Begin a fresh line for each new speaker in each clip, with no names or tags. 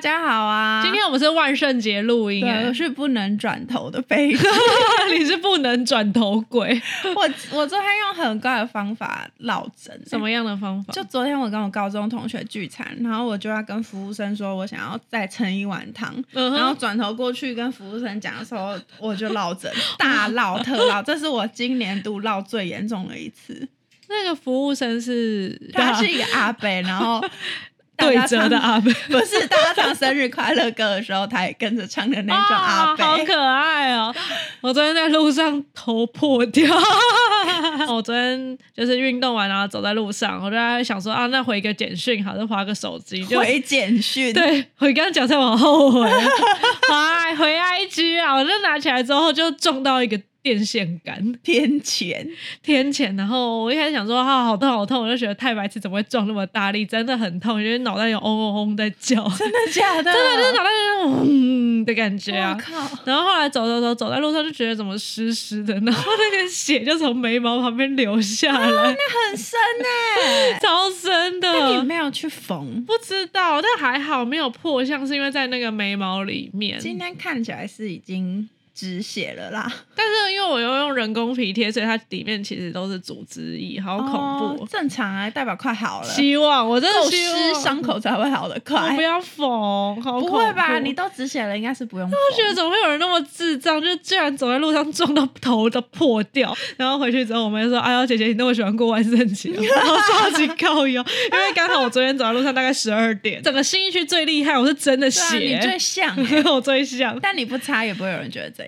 家好啊！
今天我们是万圣节录音、
对，
欸
我，是不能转头的贝克。
你是不能转头鬼，
我 我昨天用很怪的方法落枕、欸
什么样的方法？
就昨天我跟我高中同学聚餐，然后我就要跟服务生说我想要再盛一碗汤，
嗯哼
然后转头过去跟服务生讲的时候，我就落 枕，大落特落，这是我今年度落最严重的一 次。
那个服务生是
他是一个阿伯，然 后大
对
家
折的
唱
阿贝
不是大家唱生日快乐歌的时候，他也跟着唱的那种阿
啊，好
伯。
可爱 哦！我昨天在路上头破掉， 我昨天就是运动完然后走在路上，我就在想说啊，那回个简讯好，就划个手机，就
回简讯，
对，我刚刚讲太往后回， 哎，回 IG 啊，我就拿起来之后就撞到一个电线杆，
天谴，
天谴，然后我一开始想说啊，好痛好痛，我就觉得太白痴，怎么会撞那么大力，真的很痛，因为脑袋有嗡嗡嗡在叫，真
真的假的？
的就是脑袋有嗡的感觉啊
我。靠！
然后后来走走走走在路上就觉得怎么湿湿的，然后那个血就从眉毛旁边流下 来，
很深哎、
超深的。
那你没有去缝？
不知道，但还好没有破相，是因为在那个眉毛里面。
今天看起来是已经止血了啦，
但是因为我又用人工皮贴，所以它里面其实都是组织液，好恐怖。
哦正常啊，代表快好了，
希望我真
够
的希
湿
望
伤口才会好的
我不
快。
要缝，好
哦不
恐
会吧？
怖
你都止血了，应该是不用缝。
我觉得怎么会有人那么智障，就居然走在路上撞到头都破掉。然后回去之后，我们就说：“哎呦，姐姐，你那么喜欢过万圣节哦，然后超级靠腰。”因为刚好我昨天走在路上大概十二点，整个新一区最厉害，我是真的
对啊，
血，
你最像欸、
我最像。
但你不擦也不会有人觉得怎 样。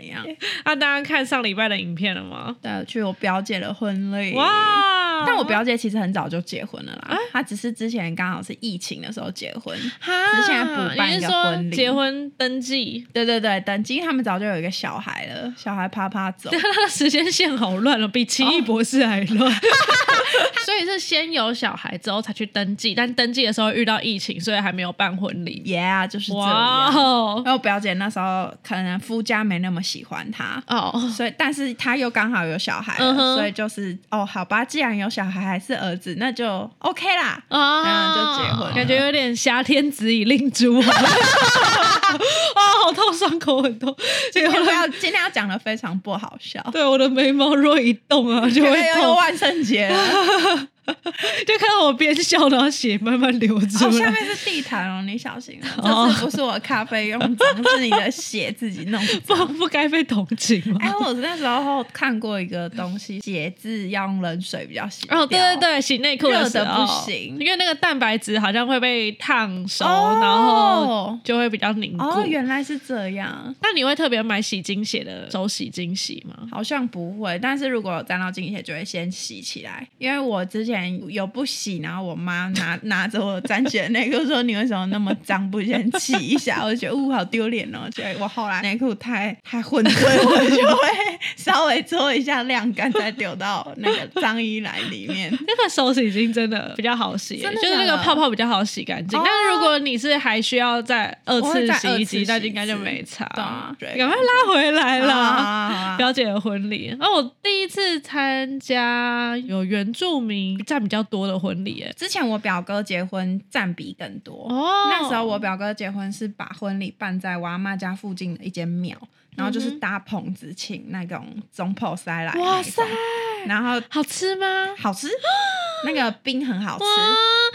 啊，大家看上礼拜的影片了吗？
对，啊去我表姐的婚礼。！
哇！
但我表姐其实很早就结婚了啦，她只是之前刚好是疫情的时候结婚。
哈，
只是现在补办一
你是
个
说
婚礼
结婚登记，
对对对，等今天他们早就有一个小孩了，小孩啪啪 走，
他的时间线好乱哦，比奇异博士还乱。 所以是先有小孩之后才去登记，但登记的时候遇到疫情，所以还没有办婚礼。
耶，yeah, 就是这
哇
样。
哦
然后我表姐那时候可能夫家没那么喜欢她，
哦，
所以但是她又刚好有小孩了
嗯哼
所以就是哦，好吧，既然有小孩还是儿子，那就 OK 啦。
啊
然后就结婚了
感觉有点挟天子以令诸 王。啊，好痛，伤口很痛。结
今天
婚
不要今天要讲的非常不好笑，
对我的眉毛若一动啊，
因
就会
为又
痛，
万圣节了， 哦，
就看到我边笑，然后血慢慢流出
下
来。
面是地毯哦，你小心
哦
哦， 这次不是我咖啡用脏，是你的血自己弄脏。
不不该被同情吗？
哎，我那时候看过一个东西，解字要用冷水比较洗掉。
哦，对对对，洗内裤
热
时
得
候
不行
因为那个蛋白质好像会被烫熟，
哦
然后就会比较凝固。
哦，原来是这样，
那你会特别买洗精血的手洗精洗吗？
好像不会。但是如果有沾到精血，就会先洗起来。因为我之前有不洗，然后我妈拿 拿着我沾血的内裤说：“你为什么那么脏？不先洗一下？” 我就觉得，呜，好丢脸哦。所以我后来内裤太太混沌，我就会稍微搓一下晾干，再丢到那个脏衣篮里面。
那个手洗精真的比较好洗、
真的
就是那
假
个
的
泡泡比较好洗干净。
哦
但是如果你是还需要再二
我会
次
再
洗
二
衣
次
机，
洗
那
一
应该就
次
没差。
对啊对
赶快拉回来啦！
啊
表姐的婚礼，然、后我第一次参加有原住民占比较多的婚礼，哎，
之前我表哥结婚占比更多
哦
那时候我表哥结婚是把婚礼办在我阿妈家附近的一间庙，然后就是
嗯哼
搭棚子请那种中破塞来，
哇塞，
然后
好吃吗？
好吃，那个冰很好吃，
哇，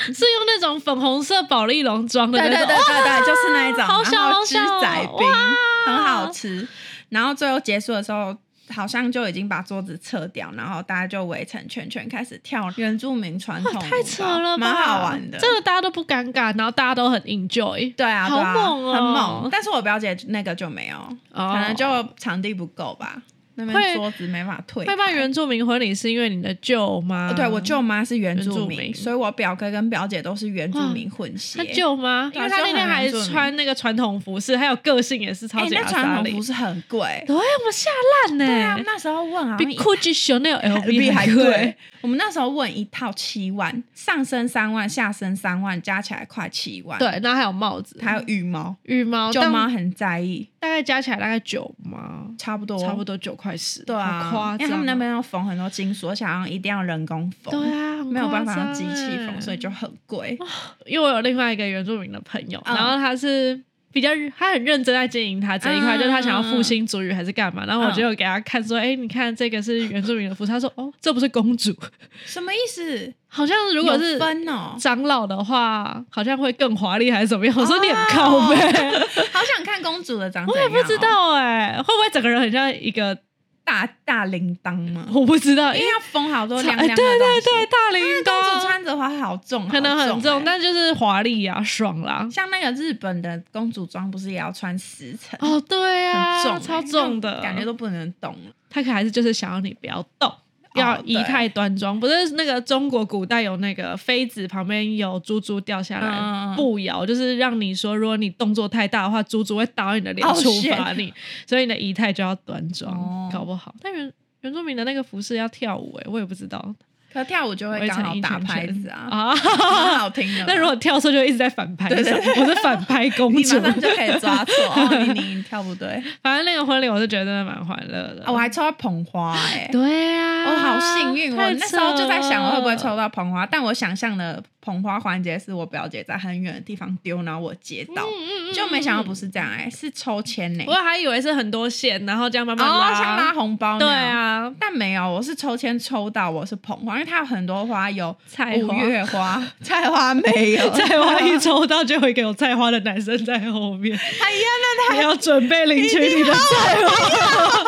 是用那种粉红色宝丽龙装的
对
那
对
种，
对对对，就是那一种，
好小
然后
好
汁
小哦
仔冰
哇
很好吃，然后最后结束的时候。好像就已经把桌子撤掉，然后大家就围成圈圈开始跳原住民传统舞蹈，
哦太扯了吧，
蛮好玩的。
这个大家都不尴尬，然后大家都很 enjoy。
对啊，对啊
好猛哦
很猛！但是我表姐那个就没有，
哦
可能就场地不够吧，那
会
边桌子没法退开。
会办原住民婚礼是因为你的舅妈？
哦对我舅妈是原
嗯原住
住
民
民，所以我表哥跟表姐都是原住民混血
他。舅妈，因
对
为他那天还穿那个传统服饰，还有个性也是超
哎，
级
那
阿莎
传
莉
统服是很贵。
对，我们下烂呢、
对啊，那时候问好
比
像一
Gucci Chanel
比
LV
还
贵
贵。。我们那时候问一套七万，上身三万，下身三万，加起来快七万。，
对，然后还有帽子，
还有羽毛，
羽毛，
舅妈
但
很在意，
大概加起来大概九毛，
差不多，
差不。多九块十，
对啊，
好夸
因为
张哦。
他们那边要缝很多金属，而且好像一定要人工缝。
对啊，很
没有办法
夸
用
张
机器
欸
缝，所以就很贵。
因为我有另外一个原住民的朋友，
嗯
然后他是比较他很认真在经营他这一块，
嗯
就是他想要复兴主语还是干嘛。然后我
嗯
就有给他看说，哎、你看这个是原住民的服饰，他说哦，这不是公主，
什么意思？
好像如果
有
是
分哦，
长老的话，好像会更华丽还是怎么样？我说你很靠 背，
哦好想看公主的长怎
我也
样哦
不知道哎、会不会整个人很像一个？
大大铃铛吗？
我不知道，
因为要封好多
哎
亮
对
亮的
对
东西啊
对，大铃
公主
铛
穿着花好重，
可能很重，
欸
但就是华丽啊，爽啦。
像那个日本的公主装，不是也要穿十层？
哦，对啊，
很重欸，
超重的
那种感觉都不能动了。
他可还是就是想要你不要
哦
动，要仪态端庄。不是那个中国古代有那个妃子旁边有珠珠掉下
嗯嗯
来
嗯
步摇，就是让你说，如果你动作太大的话，珠珠会打到你的脸，
Oh,
处罚你，所以你的仪态就要端庄，
哦
搞不好。但原原住民的那个服饰要跳舞、欸，我也不知道，
可跳舞就
我
会
也
刚好
成一
打
圈
拍
圈
子啊，
啊。
很好听 的嘛。
那如果跳错就一直在反拍
对
上，
对
我是反拍 公
你
主
马。上就可以抓 错，哦、你你跳不对
反正那个婚礼我是觉得真的蛮欢乐的。
啊！我还抽到捧花哎、
对啊，
我好幸运，我
太
那时候就在想我会不会
扯了
抽到捧花，但我想象的捧花环节是我表姐在很远的地方丢，然后我接到，
嗯
就没想到不是这样哎、是抽签呢、
我还以为是很多线，然后这样慢慢
哦，
拉。
像拉红包那
对
样。
啊，
但没有，我是抽签抽到我是捧花，因为它有很多花，有
菜
五
花
月花、菜花没有，
菜 花一抽到就会给我菜花的男生在后 面，
哎呀，那它
你要准备领取你的菜花，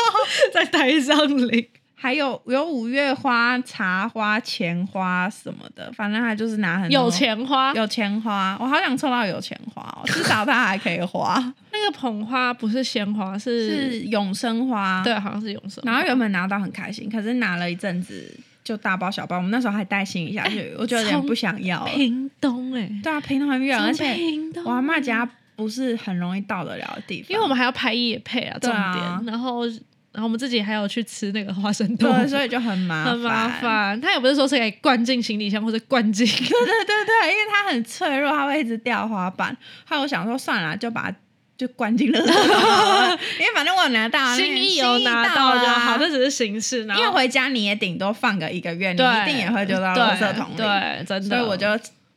在台上领。
还有有五月花、茶花、钱花什么的，反正它就是拿很多
有钱花，
有钱花，我好想抽到有钱花哦，至少它还可以花，
那个捧花不是鲜花，是
是永生花。，
对，啊好像是永生花。
然后原本拿到很开心，可是拿了一阵子就大包小包，我们那时候还带行李下去，我就有点
从
不想要了。
屏东哎，
对啊，平常很远，
从
而且
屏东
我阿妈家不是很容易到得了的地方，
因为我们还要拍夜配啊，重
对啊
点，然后然后我们自己还有去吃那个花生豆
对，
腐，
所以就很麻
很麻烦。他也不是说是给灌进行李箱或者灌进，
对对对对，因为它很脆弱，它会一直掉花瓣。后来我想说，算了，就把它就关进了， 因为反正我有拿到啊，那个
心意有拿
到
到
了
就
啊
好，这只是形式。然
因为
后
回家你也顶多放个一个月，你
对，
一定也会丢到垃圾桶里。
对，对真的。
所以我就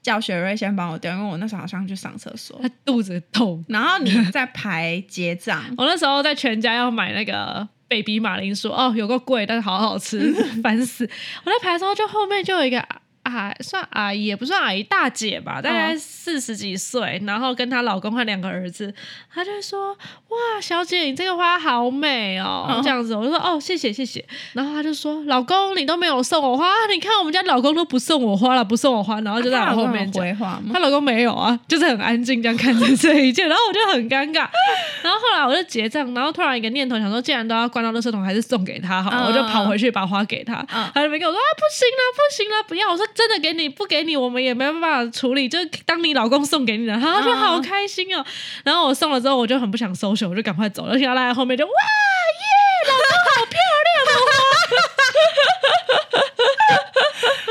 叫雪瑞先帮我丢，因为我那时候好像去上厕 所
他，肚子痛。
然后你在排结账。
我那时候在全家要买那个 baby 马铃薯，哦，有个贵，但是好好吃，烦死！我在排的时候，就后面就有一个啊啊，算阿姨也不算阿姨，大姐吧，大概四十几岁，然后跟她老公和两个儿子，她就说：“哇，小姐，你这个花好美哦！”
嗯
这样子，我就说：“哦，谢谢谢谢。”然后她就说：“老公，你都没有送我花，你看我们家老公都不送我花了，不送我花。”然后就在
她老
我后
公
面
有
讲。
回话吗？
她老公没有啊，就是很安静这样看着这一切，然后我就很尴尬。然后后来我就结账，然后突然一个念头想说，既然都要关到垃圾桶，还是送给他好
嗯
了，我就跑回去把花给他。
嗯
他就没跟我说啊，不行啦，不行啦，不要！我说真的给你，不给你我们也没办法处理，就是当你老公送给你的，然后他就
嗯
好开心哦。然后我送了之后，我就很不想收手，我就赶快走了，而且他赖在后面就哇耶，老公好漂亮哦。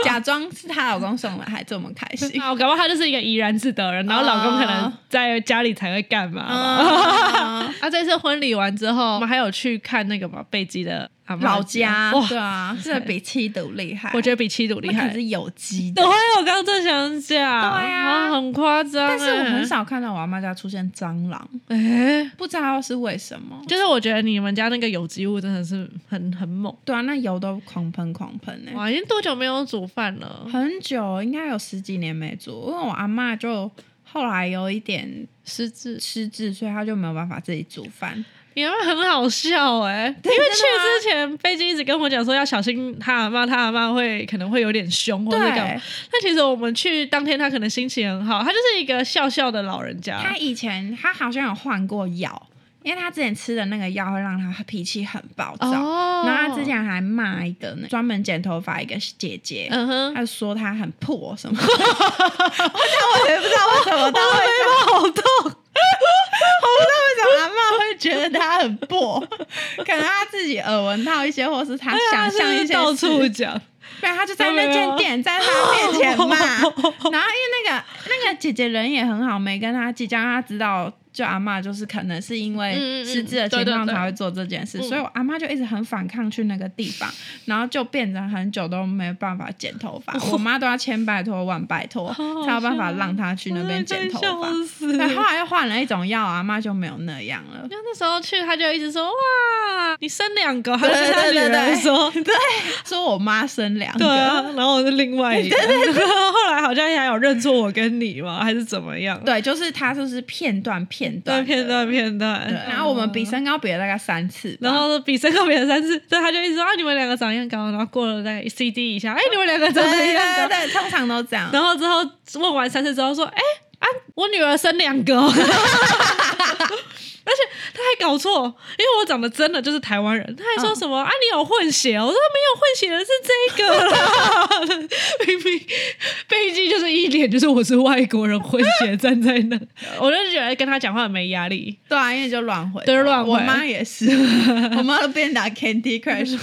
假装是她老公送的，还这么开心。
啊，我搞不好他就是一个怡然自得的人，然后老公可能在家里才会干嘛吧。
嗯
啊，这次婚礼完之后，我们还有去看那个嘛贝基的阿嬷
老家
哇，
对啊，这比七毒厉害。
我觉得比七度厉
那可
害。
是有机的
对，。啊我刚刚正想讲，对
啊
很夸张、欸
但是我很，少看到我阿妈家出现蟑螂，
哎、
不知道是为什么。
就是我觉得你们家那个有机物真的是很很猛。
对啊，那油都狂喷狂喷欸呢、
哇，已经多久没有煮饭了？
很久，应该有十几年没煮，因为我阿妈就后来有一点
失智，
失智，所以她就没有办法自己煮饭。
你们很好笑哎、因为去之前，飞机一直跟我讲说要小心他阿妈，他阿妈会可能会有点凶或者是干嘛
对，
但其实我们去当天，他可能心情很好，他就是一个笑笑的老人家。
她以前她好像有换过药，因为她之前吃的那个药会让她脾气很暴躁。
哦
然后她之，前还骂一个专门剪头发一个姐姐，
嗯哼，
她说她很破什么的， 我想我也不知道为什么，但我也
好痛，
为什么阿妈会觉得她很破？可能她自己耳闻到一些，或是她
哎
想象一些事
到处讲，
对，他就在那间店在他面前 骂，然后因为那个那个姐姐人也很好，没跟他计较，让他知道就阿嬷就是可能是因为
嗯嗯嗯
失智的情
对对
况
对
才会做这件事，
嗯
所以我阿妈就一直很反抗去那个地方，然后就变成很久都没办法剪头发，我妈都要千拜托万拜托
嗯 好好
才有办法
笑
让她去那边剪头
我真的
发
快笑。死。
对，后来又换了一种药，阿妈就没有那样 了。
就那时候去，他就一直说哇，你生两个，还
对
是他
对
女
对
儿
对
说。
对，说我妈生两
对
个，
啊，然后我是另外一个， 后来好像还有认错我跟你嘛，还是怎么样？
对，就是她就是片段片
对，
段的
片段片段。
对，然后我们比身高比了大概三次吧，
嗯然后比身高比了三次，对，他就一直说啊，你们两个长一样高，然后过了在 CD 一下，哎，你们两个
对
长得一
对
样高
对，对，通常都这样。
然后之后问完三次之后说，哎、啊，我女儿生两个哦，而 且他还搞错，因为我长得真的就是台湾人，他还说什么、啊，你有混血哦？我说没有混血的是这个 啦，明明飞机就是一脸就是我是外国人混血站在那， 我就觉得跟他讲话很没压力，
对啊，因为就乱回，
对乱回
我妈也 是，我妈都变打 Candy Crush，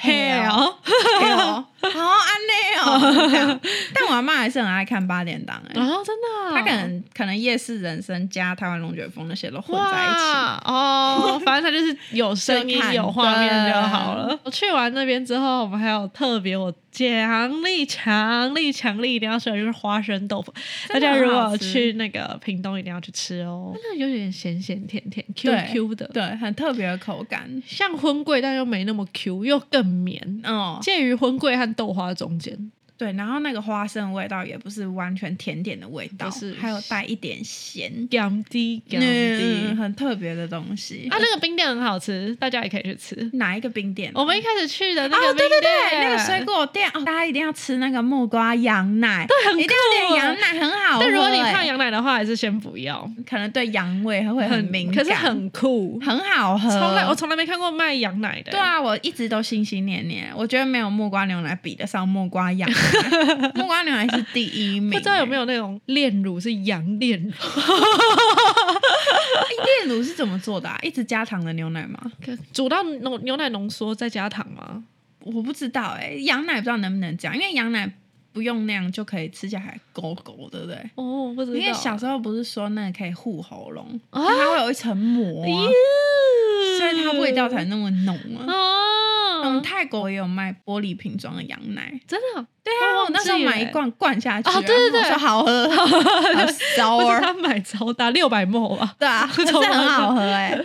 嘿哦，
哎呦好安内哦这 样。但我妈还是很爱看八点档哎、欸，
哦，真的哦、
她可能可能夜市人生加台湾龙卷风那些都混在一起。
哇哦，反正它就是有声
就
音、
看
有画面就 好了。我去完那边之后，我们还有特别，我强力、强力、强力一定要吃的就是花生豆腐。
真的
大家如
很好
果
吃
去那个屏东，一定要去吃哦，真的有点咸咸甜甜、Q
对
Q 的，
对，很特别的口感。
像荤桂，但又没那么 Q，又更绵，
哦，
介于荤桂和豆花中间。
对，然后那个花生味道也不是完全甜点的味道，
不是
还有带一点咸，
甘滴甘
嗯，
滴
很特别的东西。
啊，那个冰店很好吃，大家也可以去吃。
哪一个冰店？
我们一开始去的那个
哦，
冰
对
店，
对对，那个水果店哦，大家一定要吃那个木瓜羊奶，对，
很
一定要
酷
点羊奶，很好喝欸。
但如果你怕羊奶的话，还是先不要，
可能对羊味会很敏感，
可是很酷，
很好喝。
从来我从来没看过卖羊奶的、欸
对，啊，我一直都心心念念，我觉得没有木瓜牛奶比得上木瓜羊奶， 木瓜牛奶是第一名。
不知道有没有那种炼乳是羊炼乳，
哎炼乳是怎么做的、啊？一直加糖的牛奶吗？
煮到浓牛奶浓缩再加糖吗？
我不知道哎、羊奶不知道能不能这样，因为羊奶不用那样就可以吃起来勾勾，对不对？
哦，我不知道。
因为小时候不是说那个可以护喉咙，
啊
它会有一层膜啊、
咦
所以它味道才那么浓啊。嗯，
哦，
泰国也有卖玻璃瓶装的羊奶，
真的
对
我
啊，
忘
我那时候
记
买一
耶
罐灌下去，
哦对对
然后我说好 喝，好骚
不是
哦，
他买超大六百 ml 吧？
对啊，真的
从来
很好喝哎，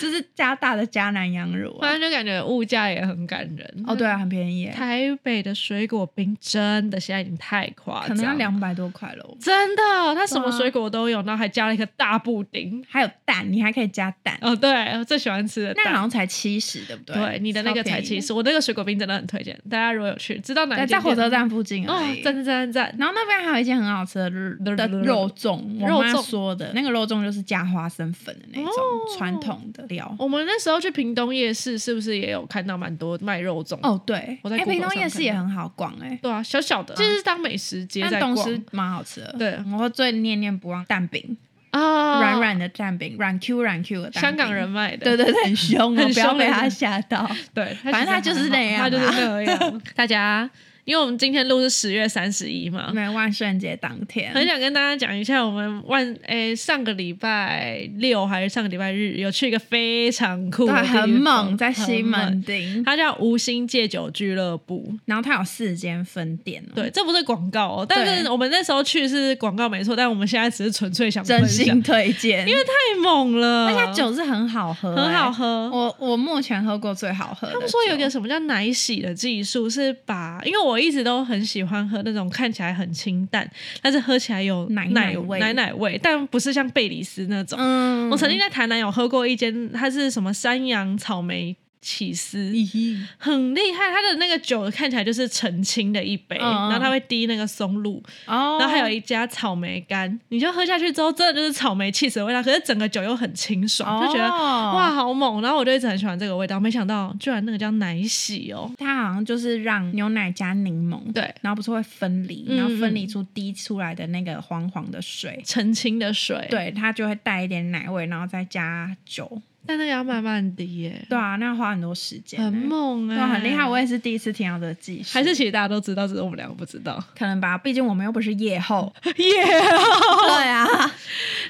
就是加大的迦南羊乳啊
反，正就感觉物价也很感人
哦对。啊，很便宜耶，
台北的水果冰真的现在已经太夸
可
张，
能要两百多块喽，
真的，它什么
对啊
水果都有，然后还加了一个大布丁。
还有蛋，你还可以加蛋，
哦，对，我最喜欢吃的
那
蛋。
好像才七十，对不对？
对，你的那个才七
十，
十，我那个水果冰真的很推荐，大家如果有去，知道哪一
对，
间
在火车
店
站附近
哦
而已，。
赞赞赞赞，
然后那边还有一间很好吃 的肉的肉粽，我
肉
妈
粽
说的那个肉粽就是加花生粉的那
哦
种传统的料。
我们那时候去屏东夜市，是不是也有看到蛮多卖肉粽？，
哦，对，
我在
哎，
Google
屏东
上
夜
看
市也
到
很好逛哎，
对啊，小小的，就是当美食街
但
在
东
逛
西蛮好吃的。
对
我最念念不忘蛋饼，
啊，
软软的蛋饼，软 Q 软 Q 的蛋饼。
香港人，卖的，
对对对，很凶哦，
很
不要
凶欸
被
的
他
人
吓到。
对，
反正
它
它
其
就
实
是
还好
那
它就
样啊
是那 样。大家，因为我们今天录是十月三十一嘛，
没有万圣节当天，
很想跟大家讲一下，我们万诶、上个礼拜六还是上个礼拜日有去一个非常酷
对
的，地方
很猛，在西，
很
门
猛
町。
它叫无心戒酒俱乐部。
然后它有四间分店哦，
对，这不是广告哦，但是
对
我们那时候去是广告没错，但我们现在只是纯粹想
真
分
心
享，
推荐，因为它
太猛了，
而且它酒是很好喝，
很好
哎。
喝。
我我目前喝过最好喝的酒。
嗯他们说有一个什么叫奶洗的技术，是把因为我一直都很喜欢喝那种看起来很清淡，但是喝起来有
奶
奶
奶味
奶奶味，但不是像贝里斯那种。
嗯，
我曾经在台南有喝过一间，它是什么山羊草莓起司，
咦
很厉害。它的那个酒看起来就是澄清的一杯，
嗯嗯
然后它会滴那个松露，
哦，
然后还有一家草莓干，你就喝下去之后，真的就是草莓起司的味道，可是整个酒又很清爽，就觉得。
哦
哇，，好猛！然后我就一直很喜欢这个味道，没想到居然那个叫奶洗哦，
它好像就是让牛奶加柠檬，
对，
然后不是会分离，
嗯
然后分离出滴出来的那个黄黄的水，
澄清的水，
对，它就会带一点奶味，然后再加酒，
但那个要慢慢滴耶，
对啊，那花很多时间、
嗯很
欸，
猛
对
哎、
啊，很厉害。我也是第一次听到这个技术，
还是其实大家都知道，只是我们两个不知道。
可能吧，毕竟我们又不是夜后。
耶、
对啊，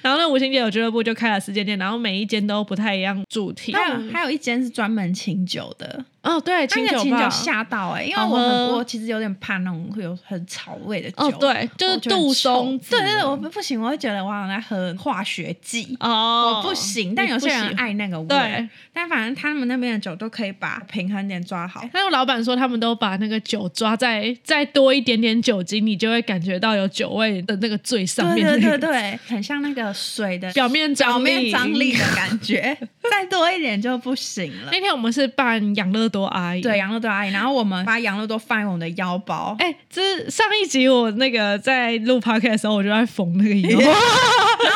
然后呢，五星街有俱乐部就开了十间店，然后每一间都不太一样主题。
还有还有一间是专门清酒的，
哦，对，
那
清
个
酒
清
吧
酒。吓到哎、因为
好
我很
喝
我其实有点怕那种会有很草味的酒，
哦，对，就是
我觉得很
杜
臭
松子。
对对对，我不不行，我会觉得我好像在喝化学剂。
哦
我，不行，但有些人
你不喜
爱那个味。
对，
但反正他们那边的酒都可以把平衡点抓好。
那个老板说，他们都把那个酒抓在再多一点点酒精，你就会感觉到有酒味的那个最上
对
面、那
对
个
对对，很像那个水 的
表面
表
张力
面张力。的感 觉，再多一点就不行了。
那天我们是扮养乐多阿姨，
对，羊肉多阿姨，然后我们把羊肉都放在我们的腰包。
哎、这是上一集我那个在录 podcast 的时候，我就在缝那个油，
然后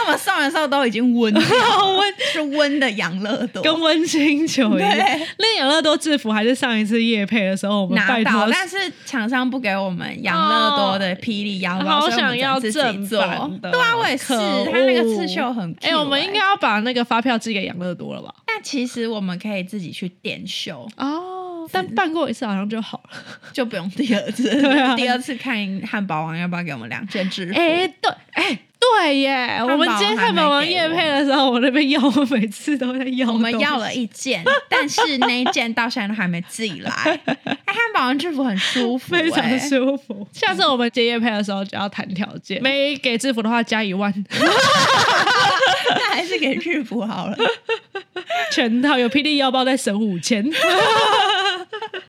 我们送人的时候都已经温掉了，温是温的羊乐多，
跟温馨球一样
哦对。
那养乐多制服还是上一次夜配的时候，我们
拿
拜
到，
托，
但是厂商不给我们养乐多的霹雳腰包，
好
所以我
想
们
要
只能自己
正
做
版。的
对啊，我也是，
可恶
它那个刺绣很 Q
哎、
欸。
我们应该要把那个发票寄给养乐多了吧？
但其实我们可以自己去点 绣，
哦，但办过一次好像就好了。
就不用第二次。
对啊
第二次看汉堡王要不要给我们两件制服？
哎、对，哎、对耶！
堡
我们今天汉堡王夜配的时候，我那边要，我每次都在要 东西。
我们要了一件，但是那一件到现在都还没寄 来。哎，汉堡王制服很舒服、
非常
哎
舒服。下次我们接夜配的时候就要谈条件，没给制服的话加一万，
那还是给制服好了。哦
全套有 PD 腰包再省五 千。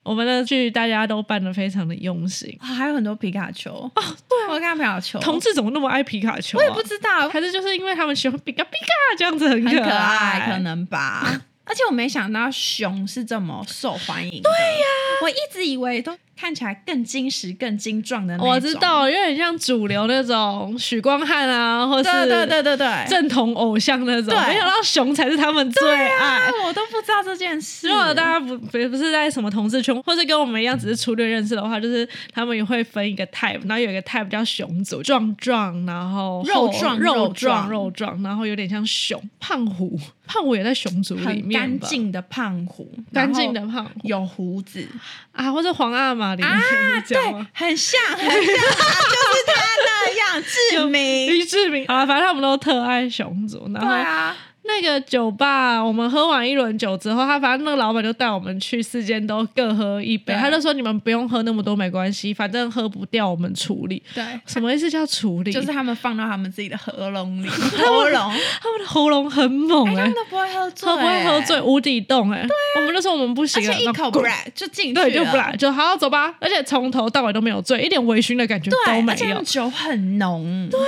我们的剧大家都办的非常的用心。
啊还有很多皮卡丘哦，对、我看皮卡丘，
同志怎么那么爱皮卡丘、
哦
啊？
我也不知道，
还是就是因为他们喜欢皮卡皮卡这样子很
很
可
可爱，可能吧。 而且我没想到熊是这么受欢迎的。对呀、我一直以为都看起来更精实、更精壮的那种。
我知，道，有点像主流那种许光汉啊，或是
对对对对对，
正统偶像那种，
对
没想到熊才是他们最爱
啊。，我都不知道这件事。
如果大家不不不是在什么同志圈，或是跟我们一样只是粗略认识的话，就是他们也会分一个 type，然后有一个 type 叫熊族，壮壮，然后
肉壮
肉
肉壮
肉壮，然后有点像熊胖虎，胖虎也在熊族里
很
面
干
吧，
净的胖虎，
干净的胖虎
有胡子
啊，或是皇阿玛里面
啊，
你
对
讲吗，
很像，很像， 就是他那样，志明。
李志明啊，反正他们都特爱熊族，然
对
后
啊，
那个酒吧，我们喝完一轮酒之后，他反正那个老板就带我们去四间都各喝一杯，
对
他就说你们不用喝那么多没关系，反正喝不掉我们 处理。
对，
什么意思叫处理？
就是他们放到他们自己的喉咙 里，喉咙，
他们的喉咙很猛
哎，
哎、
他们都不会喝醉，
喝不会喝醉？无底洞哎、我们就说我们不
而
行了，啊
且一
那
口
滚
不来就进去
对就
了
不来就好走吧，而且从头到尾都没有醉，一点微醺的感觉都
对，
没
而且他
有
们。酒很浓，对呀、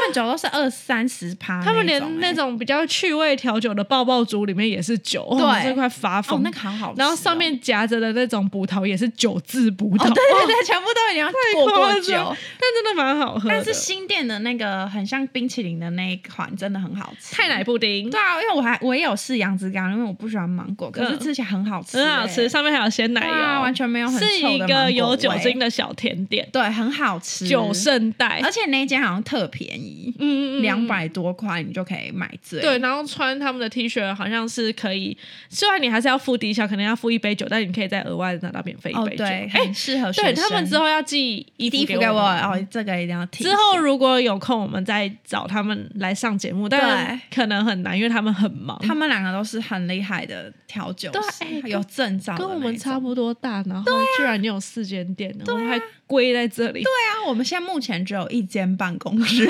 他们酒都是二三十趴，
他们连那
种哎
种比较趣味调酒的爆爆猪里面也是酒，
对
哇，这快发
欸哦
疯。，
那个好好吃哦、
然后上面夹着的那种葡萄也是酒渍葡萄，
哦，对 对对，全部都一定要过
哇
过
太夸张
酒，
但真的蛮好喝的。
但是新店的那个很像冰淇淋的那一款真的很好吃，
太奶布丁
对啊，因为我还我也有试杨枝甘露，因为我不喜欢芒果，可是
嗯
吃起来很好吃、
很好吃，
欸
上面还有鲜奶
对
油，
啊，完全没有很
是
臭
一
的
个
芒
有
果
酒
味
精，的小甜点，
对，很好吃，
酒圣代，
而且那一间好像特便宜，
嗯嗯嗯
两百、多块你就可以买醉，
对，然后穿他们的 T 恤好像是可以，虽然你还是要付低消，可能要付一杯酒，但你可以再额外拿到免费一
哦
杯酒。
对，
哎、
很适合学
对他们
生
之后要寄衣
衣
服
服
给
给我，
我们
哦，这个一定要提。
之后如果有空，我们再找他们来上节目，但可能很难，因为他们很忙。
他们两个都是很厉害的调酒师，
对哎
有证照，
跟我们差
多。
不多大，然后居然你有四间店，我们还归在这里，
啊对啊，我们现在目前只有一间办公 室，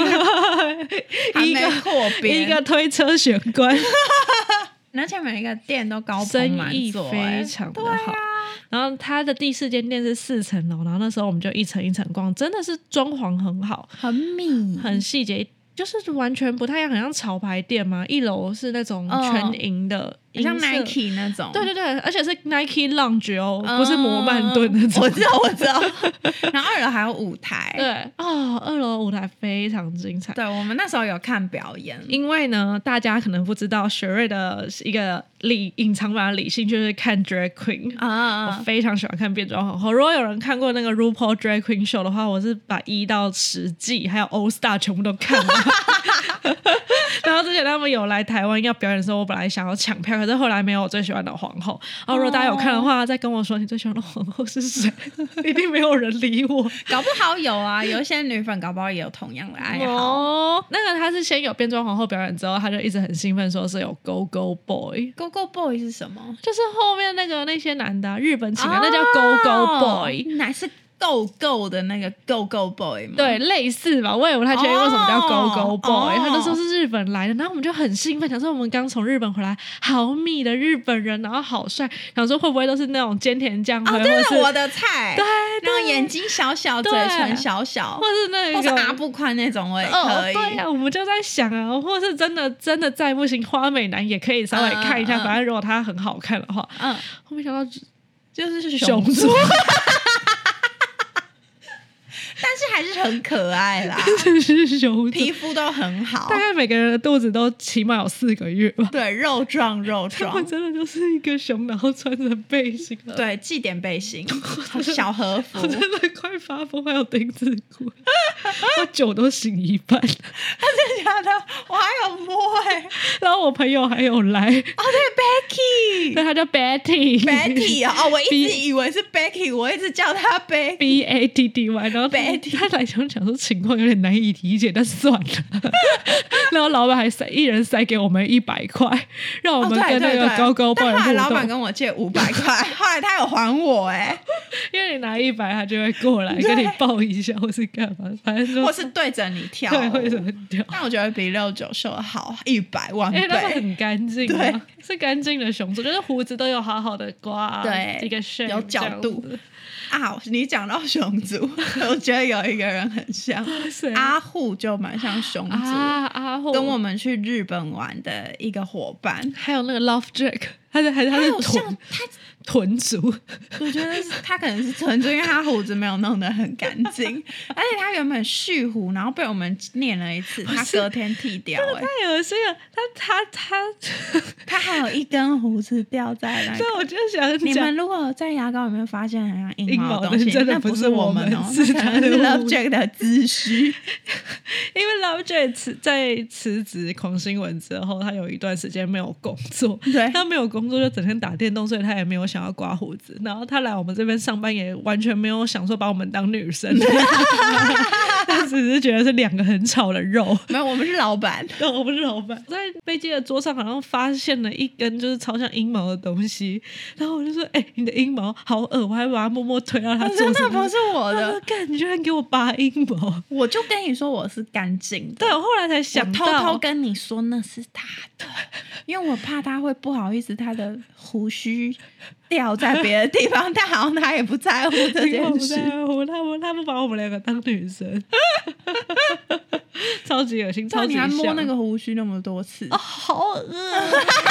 还
一
没
个
扩编，
一个，推车玄关，
而且每一个店都高朋
生
满
意
座，
非
哎
常的好。然后它的第四间店是四层楼，然后那时候我们就一层一层逛，真的是装潢很好，
很密，
很细节，就是完全不太一样，很像潮牌店嘛。一楼是那种
嗯
全银的，
很像
银色
Nike 那种，
对对对，而且是 Nike Lounge 哦，
嗯，
不是摩曼顿那种。
我知道，我知 道。然后二楼还有舞台，
对啊、二楼舞台非常精彩。
对，我们那时候有看表演，
因为呢，大家可能不知道，雪瑞的一个理隐藏版的理性就是看 drag queen。我
啊，
非常喜欢看变装皇后。如果有人看过那个 RuPaul Drag Queen Show 的话，我 E 是把一到十季还有 All Star 全部都看了。然后之前他们有来台湾要表演的时候，我本来想要抢票，可是后来没有我最喜欢的皇后。然后如果大家有看的话，再跟我说你最喜欢的皇后是谁，一定没有人理我。
搞不好有啊，有一些女粉搞不好也有同样的爱好。
哦，那个他是先有变装皇后表演之后，他就一直很兴奋，说是有 Go Go Boy。
Go Go Boy 是什么？
就是后面那个那些男的啊、日本情人，那叫 Go Go Boy，、
哪哦是 Go Go 的那个 Go Go Boy 吗？
对，类似吧。我也不太确定为什么叫 Go
嗯
Go
哦
Boy，、
哦
他那时候是日本来的，然后我们就很兴奋，想说我们刚从日本回来，好米的日本人，然后好帅，想说会不会都是那种菅田将
哦，
晖，或
这
者
是
是
我的菜。
对，
然后眼睛小小，
对
嘴唇小小
或，是那
或是阿
个。
布宽那种我也
哦，
可以。
对呀、我们就在想啊，或是真的真的再不行，花美男也可以稍微看一下，
嗯嗯嗯
反正如果他很好看的话，
嗯，
我没想到
就是熊
熊座
座，但是还是很可爱 啦，
真是熊座
皮肤都很好
大，概每个人的肚子都起码有四个月吧。
对，肉壮肉
他们
壮，
真的就是一个熊，然后穿着背心，，啊
对，祭典背 心、小和服
我，真的快发疯，还有丁字裤，我酒都醒一半。
真的假的？我还有摸哎、欸，
然后我朋友还有来，
哦对
对，他叫 Betty。
，Betty，Betty 啊、哦，我一直
B-
以为是 Becky，我一直叫她 Becky。
B A T T Y，然后他
Betty
他来想想说情况有点难以理解，但算了。然后老板还塞一人塞给我们一百块，让 我
哦，
们
对
跟那
对
个
对，
高高
但
棒
后来老
互
板
动，
跟我借五百块， 后来他有还我 哎、
因为你拿一百，他就会过来
对
跟你抱一下或是干嘛，反正就
或是对着你跳，
对会很屌。
但我觉得比六九秀好一百万
因为哎他们
倍，
很干净、啊，是干净的熊座，就是胡子都有好好的刮、
对
一个 shape
有角度
这样子
啊！你讲到熊 族，我觉得有一个人很像
谁
阿户，就蛮像熊族。
啊啊！或
跟我们去日本玩的一个伙伴，
还有那个 Love Jack，他是还是他
他
是
有像
臀臀族，
我觉得是他可能是纯粹因为他胡子没有弄得很干净，而且他原本蓄胡，然后被我们念了一次，他
是
隔天剃掉、欸。
太恶心了。他他他，
他还有一根胡子掉在那里
所。以我就想
哎你
讲
们。如果在牙膏里面发现很像
硬
硬
毛
毛
的
东西，
真的
那
不
不
是
是
我
我
们
们哦，
是
那
他
可能
的
是
误
Love Jack 的资须。
因为 Love J 辞在辞职狂新闻之后，他有一段时间没有工作，
对
他没有工作就整天打电动，所以他也没有想要刮胡子。然后他来我们这边上班也完全没有想说把我们当 女生，他只是觉得是两个很吵的肉。
没有，我们是老 板。
但我不是老板，在飞机的桌上好像发现了一根就是超像阴毛的东西，然后我就说：“哎、你的阴毛好恶！”我还把它默默推到他桌
真
上。
的不是我
他说
的，：“
干，你居然给我拔阴毛
我就跟你说我是干净！”的，
对，我后来才
我
想
偷
到
偷跟你说那是他 的，因为我怕他会不好意思，他的胡须掉在别的地方，但好像他也不在乎这
因为我
件
不
事。
在乎他们，他们把我们两个当女生， 超级恶心，超
照
级哦
你还摸
像
那个胡须那么多次，
好恶。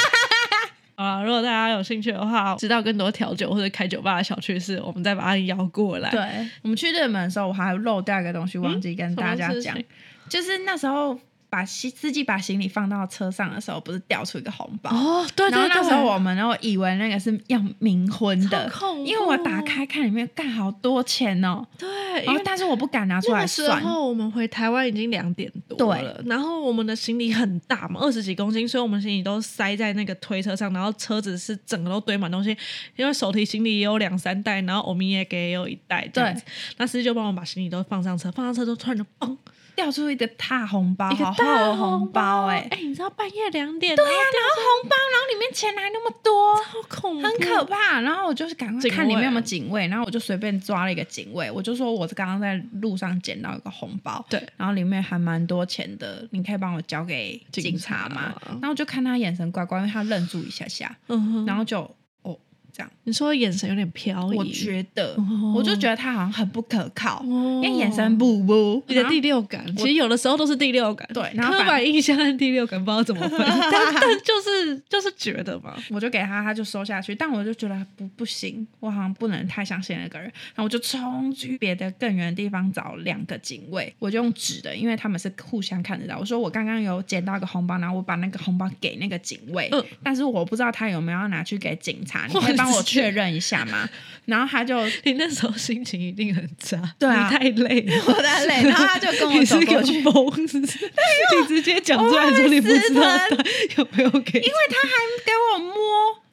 啊！如果大家有兴趣的话，知道更多调酒或者开酒吧的小趣事，我们再把它邀过来。，
对，我们去日本的时候，我还漏掉一个东西，忘记跟大家
嗯什
讲
么事情，
就是那时候把司司机把行李放到车上的时候，不是掉出一个红包。
哦，对
然后
对
那
对，
时候我们都以为那个是要冥婚的
超恐怖，哦
因为我打开看里面，干好多钱哦、
对，因
然后
为
但是我不敢拿出
那
来
个时
算，
候我们回台湾已经两点多了，然后我们的行李很大嘛，二十几公斤，所以我们行李都塞在那个推车上，然后车子是整个都堆满东西，因为手提行李也有两三袋，然后欧米也给也有一袋这样子，那司机就帮我们把行李都放上车，放上车就突然就嘣，
掉出一个大红包，
一个
好厚
大
的红包啊哎、
哎、你知道半夜两点，对呀、啊
然后红包，然后里面钱来那么多，
好恐怖，
很可怕。然后我就是赶快
警卫
看里面有没有警卫，然后我就随便抓了一个警卫，我就说我刚刚在路上捡到一个红包，
对，
然后里面还蛮多钱的，你可以帮我交给警察吗
警？察
然后我就看他眼神怪怪，因为他愣住一下下，
啊嗯哼，
然后就哦这样，
你说眼神有点飘移，
我觉得
哦
我就觉得他好像很不可靠，因
哦
为眼神啊不不，
你的
然后
第六感，其实有的时候都是第六感，
对然后
刻
反
板印象和第六感不知道怎么 分，但但就是就是觉得嘛，
我就给他，他就收下去。但我就觉得不不行，我好像不能太相信那个人。然后我就冲去别的更远的地方找两个警卫，我就用纸的，因为他们是互相看得到。我说我刚刚有捡到一个红包，然后我把那个红包给那个警卫，
嗯
但是我不知道他有没有要拿去给警察，你
哇
可以帮我确认一下吗？然后他就
你那时候心情一定很差，
对啊
你太累了，
我太 累然后他就跟我
你
走
是
过
个
去
疯 子，你直接讲出来
我
说你不
会被
知道
撕
他有没有给
因为他还给我摸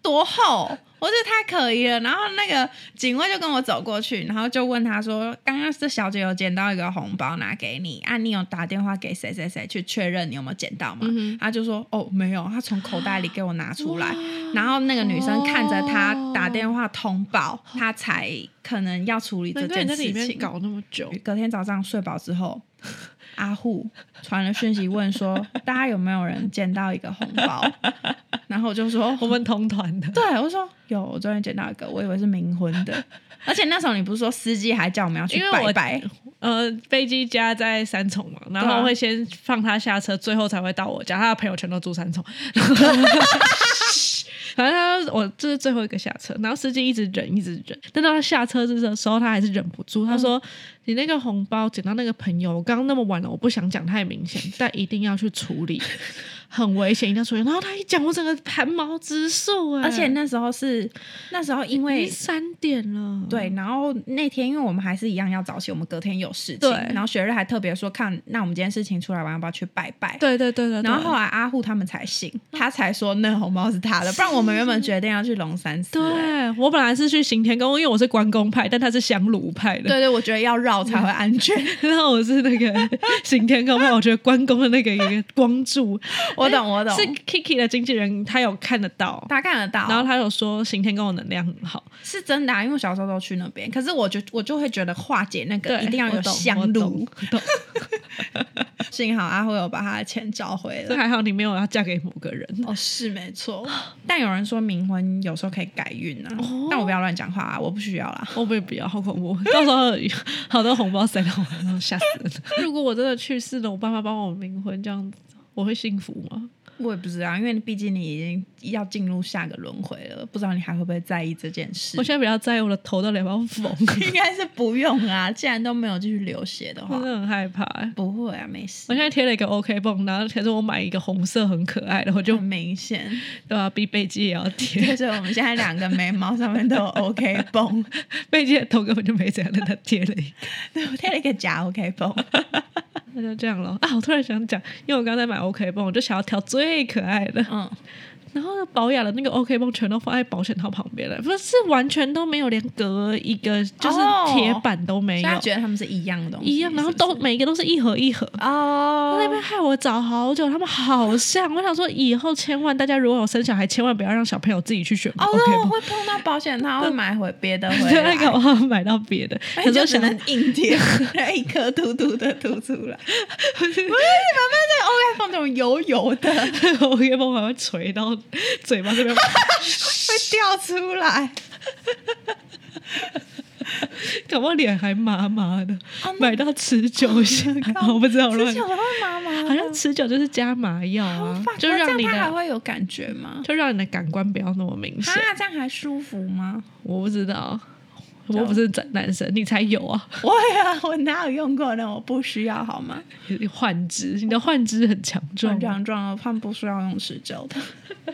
多厚，我觉得太可疑了。然后那个警卫就跟我走过去，然后就问他说：“刚刚这小姐有捡到一个红包拿给你，啊，你有打电话给谁谁谁去确认你有没有捡到吗？”
嗯哼
他就说：“哦，没有。”他从口袋里给我拿出来，然后那个女生看着他打电话通报，他才可能要处理这
哦难怪
件
你在
事
里面
情。
搞那么久，
隔天早上睡饱之后， 阿户传了讯息问说：“ 大家有没有人捡到一个红包？” 然后我就说：“
我们同团的，
对，我说有，我昨天捡到一个，我以为是冥婚的。 而且那时候你不是说司机还叫我们要去
因为我
拜拜？
呃，飞机家在三重嘛，然后会先放他下车，最后才会到我家。他的朋友全都住三重，然后反正他我这是最后一个下车，然后司机一直忍，一直忍，但到他下车的时候，他还是忍不住，他说：“你那个红包捡到那个朋友，我刚刚那么晚了，我不想讲太明显，但一定要去 处理，很危险，一定要处理。”然后他一讲，我整个汗毛直竖哎、
而且那时候是那时候因
已
为
经三点了，
对，然后那天因为我们还是一样要早起，我们隔天有事情，
对
然后雪日还特别说看，那我们今天事情出来完要不要去拜拜？
对嗯对对对，对
然后后来阿户他们才信，他才说那红包是他的，不然我们原本决定要去龙山寺、欸
对我本来是去行天宫，因为我是关公派，但他是香炉派的。
对对，我觉得要绕才会安全。
然后我是那 个行天宫派，我觉得关公的那个一个光柱，
我懂，我懂，
是 Kiki 的经纪人，他有看得到，
他看得到，
然后他有说行天宫的能量很好，
是真的、啊，因为我小时候都去那边。可是我就我就会觉得化解那个
对，
一定要有
我懂
香，
我懂
炉。
我懂
幸好阿辉有把他的钱找回
这
了。
还好你没有要嫁给某个人。
哦，是没错， 但有人说冥婚有时候可以改运啊，
哦
但我不要乱讲话啊，我不需要啦。
我不不要，好恐怖！到时候有好多红包塞到我身上，吓死人！如果我真的去世了，我爸妈帮我冥婚这样子，我会幸福吗？
我也不知道，因为毕竟你已经要进入下个轮回了，不知道你还会不会在意这件事
我。现在比较在意我的头到底要不要缝，
应该是不用啊，既然都没有继续流血的话
真，的很害怕、欸。
不会啊，没事
我。现在贴了一个 OK 泵，然后可是我买一个红色很可爱的，我就
很明显，
对吧、比贝基也要贴
就，是我们现在两个眉毛上面都有 OK 绷，
贝基的头根本就没怎样，但他贴了一个，
对我贴了一个假 OK 绷。
那就这样咯。啊，我突然想讲，因为我刚才买 OK 泵，我就想要挑最可爱的，
嗯，
然后呢，保雅的那个 OK 泵全都放在保险套旁边了，不是完全都没有，连隔一个就是
哦
铁板都没
所以
有，
他觉得他们是一样的东西，
一样，然后都
是不
每一个都是一盒一盒。
是哦，
那边害我找好久，他们好像。我想说，以后千万大家如果有生小孩，千万不要让小朋友自己去选 OK
哦，
泵。
那我会碰到保险 套，会买回别的回
对，
来
那。个我好像买到别的，
啊哎
他
就
说
只
想
能硬 贴，然后一颗凸凸的凸出来。 不是，你把那个 OK 绷这种油油的会
我原本还会垂到嘴巴这边，
掉出来。
搞不好脸还麻麻的
哦，那
买到持久香， 我不知道我
之
乱
前，我会麻麻的，
好像持久就是加麻药啊
fuck，，
就
那这
让
样
你
它还
的
会有感觉吗？
就让你的感官不要那么明显。
啊，这样还舒服吗？
我不知道，我不是男生，你才有啊，
我呀，我哪有用过呢？我不需要好吗？
你幻肢，你的幻肢很强壮啊
撞。撞撞了，胖不需要用持久的。